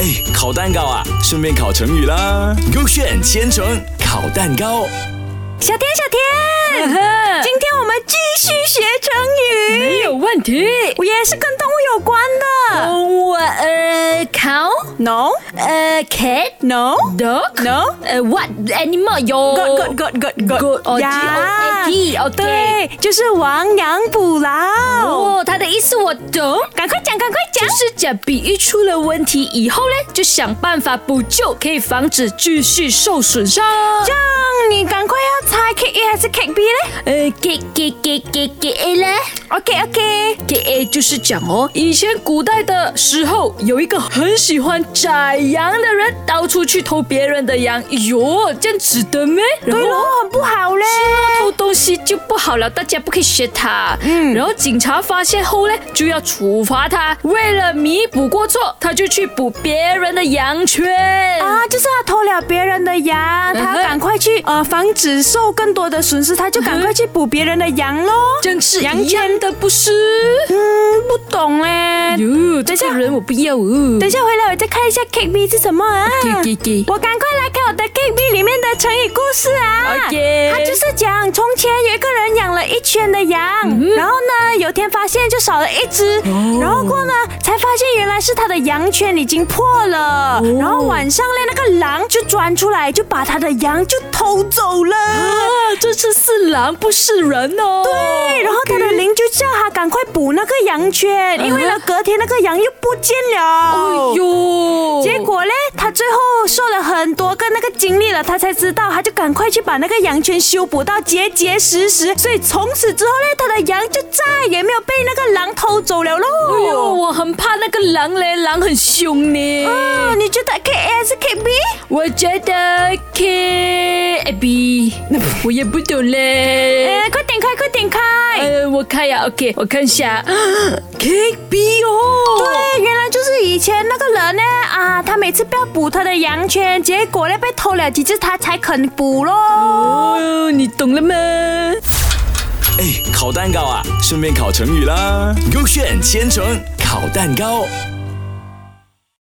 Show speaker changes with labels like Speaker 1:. Speaker 1: 哎，烤蛋糕啊，顺便烤成语啦。勾选千层烤蛋糕，
Speaker 2: 小天，小天，
Speaker 3: 嗯
Speaker 2: 今天我们继续学成语。
Speaker 3: 没有问题。
Speaker 2: 我也是跟动物有关的。
Speaker 3: 我呃，cow，
Speaker 2: No,
Speaker 3: 呃，cat。
Speaker 2: no,
Speaker 3: Dog?
Speaker 2: No.
Speaker 3: Uh, what animal? Yo.
Speaker 2: good, good, good, good, good.
Speaker 3: Good. Oh,
Speaker 2: Yeah
Speaker 3: G O A D. Okay.
Speaker 2: 对，就是亡羊补牢。
Speaker 3: 哦，他的意思我懂。
Speaker 2: 赶快讲，赶快讲
Speaker 3: 就。是讲比喻出了问题以后呢，就想办法补救，可以防止继续受损伤。
Speaker 2: 这样嗯你赶快要猜 K A 还是 K B 呢
Speaker 3: 呃，给给给给给 A 嘞
Speaker 2: ？OK OK，
Speaker 3: 给 A 就是讲哦，以前古代的时候，有一个很喜欢宰羊的人，到处去偷别人的羊。哟，这样子的咩？然
Speaker 2: 对
Speaker 3: 后啊
Speaker 2: 咯，很不好嘞。
Speaker 3: 偷东西就不好了，大家不可以学他。嗯，然后警察发现后呢，就要处罚他。为了弥补过错，他就去补别人的羊圈。
Speaker 2: 啊，就是他偷了别人的羊，
Speaker 3: 嗯
Speaker 2: 他
Speaker 3: 哼
Speaker 2: 要赶快去呃防止受更多的损失，他就赶快去补别人的羊喽。
Speaker 3: 真是
Speaker 2: 羊
Speaker 3: 一样的不是？
Speaker 2: 嗯，不懂哎。
Speaker 3: 哟，这个人我不要哦。
Speaker 2: 等一下回来我再看一下 K B 是什么啊？
Speaker 3: 给给给
Speaker 2: 我赶快来看我的 K B 里面的成语故事啊。
Speaker 3: OK
Speaker 2: 他就是讲从前有一个人养了一圈的羊，
Speaker 3: 嗯
Speaker 2: 然后呢有天发现就少了一只，
Speaker 3: 哦
Speaker 2: 然后过呢才发现原来是他的羊圈已经破了，
Speaker 3: 哦
Speaker 2: 然后晚上呢那个狼就钻出来就把他的羊就偷走了。
Speaker 3: 啊，这次是狼不是人哦。
Speaker 2: 对，然后他的邻居叫他赶快补那个羊圈，因
Speaker 3: 啊
Speaker 2: 为呢隔天那个羊又不见了
Speaker 3: 哎。呦，
Speaker 2: 结果嘞，他最后受了很多个那个经历了，他才知道，他就赶快去把那个羊圈修补到结结实实。所以从此之后嘞，他的羊就再也没有被那个狼偷走了
Speaker 3: 哎呦，
Speaker 2: 喽。
Speaker 3: 我很怕那个狼嘞，狼很凶呢。
Speaker 2: 哦，你觉得 K A 还是 K B？
Speaker 3: 我觉得 K A B，我也不懂嘞。
Speaker 2: 哎，快点开，快点开！
Speaker 3: 呃，我看呀，OK，我看一下 K B 哦。
Speaker 2: 对，原来就是以前那个人呢啊，他每次不要补他的羊圈，结果嘞被偷了几次，他才肯补喽。
Speaker 3: 哦，你懂了吗？
Speaker 1: 哎，烤蛋糕啊，顺便烤成语啦。勾选千层烤蛋糕。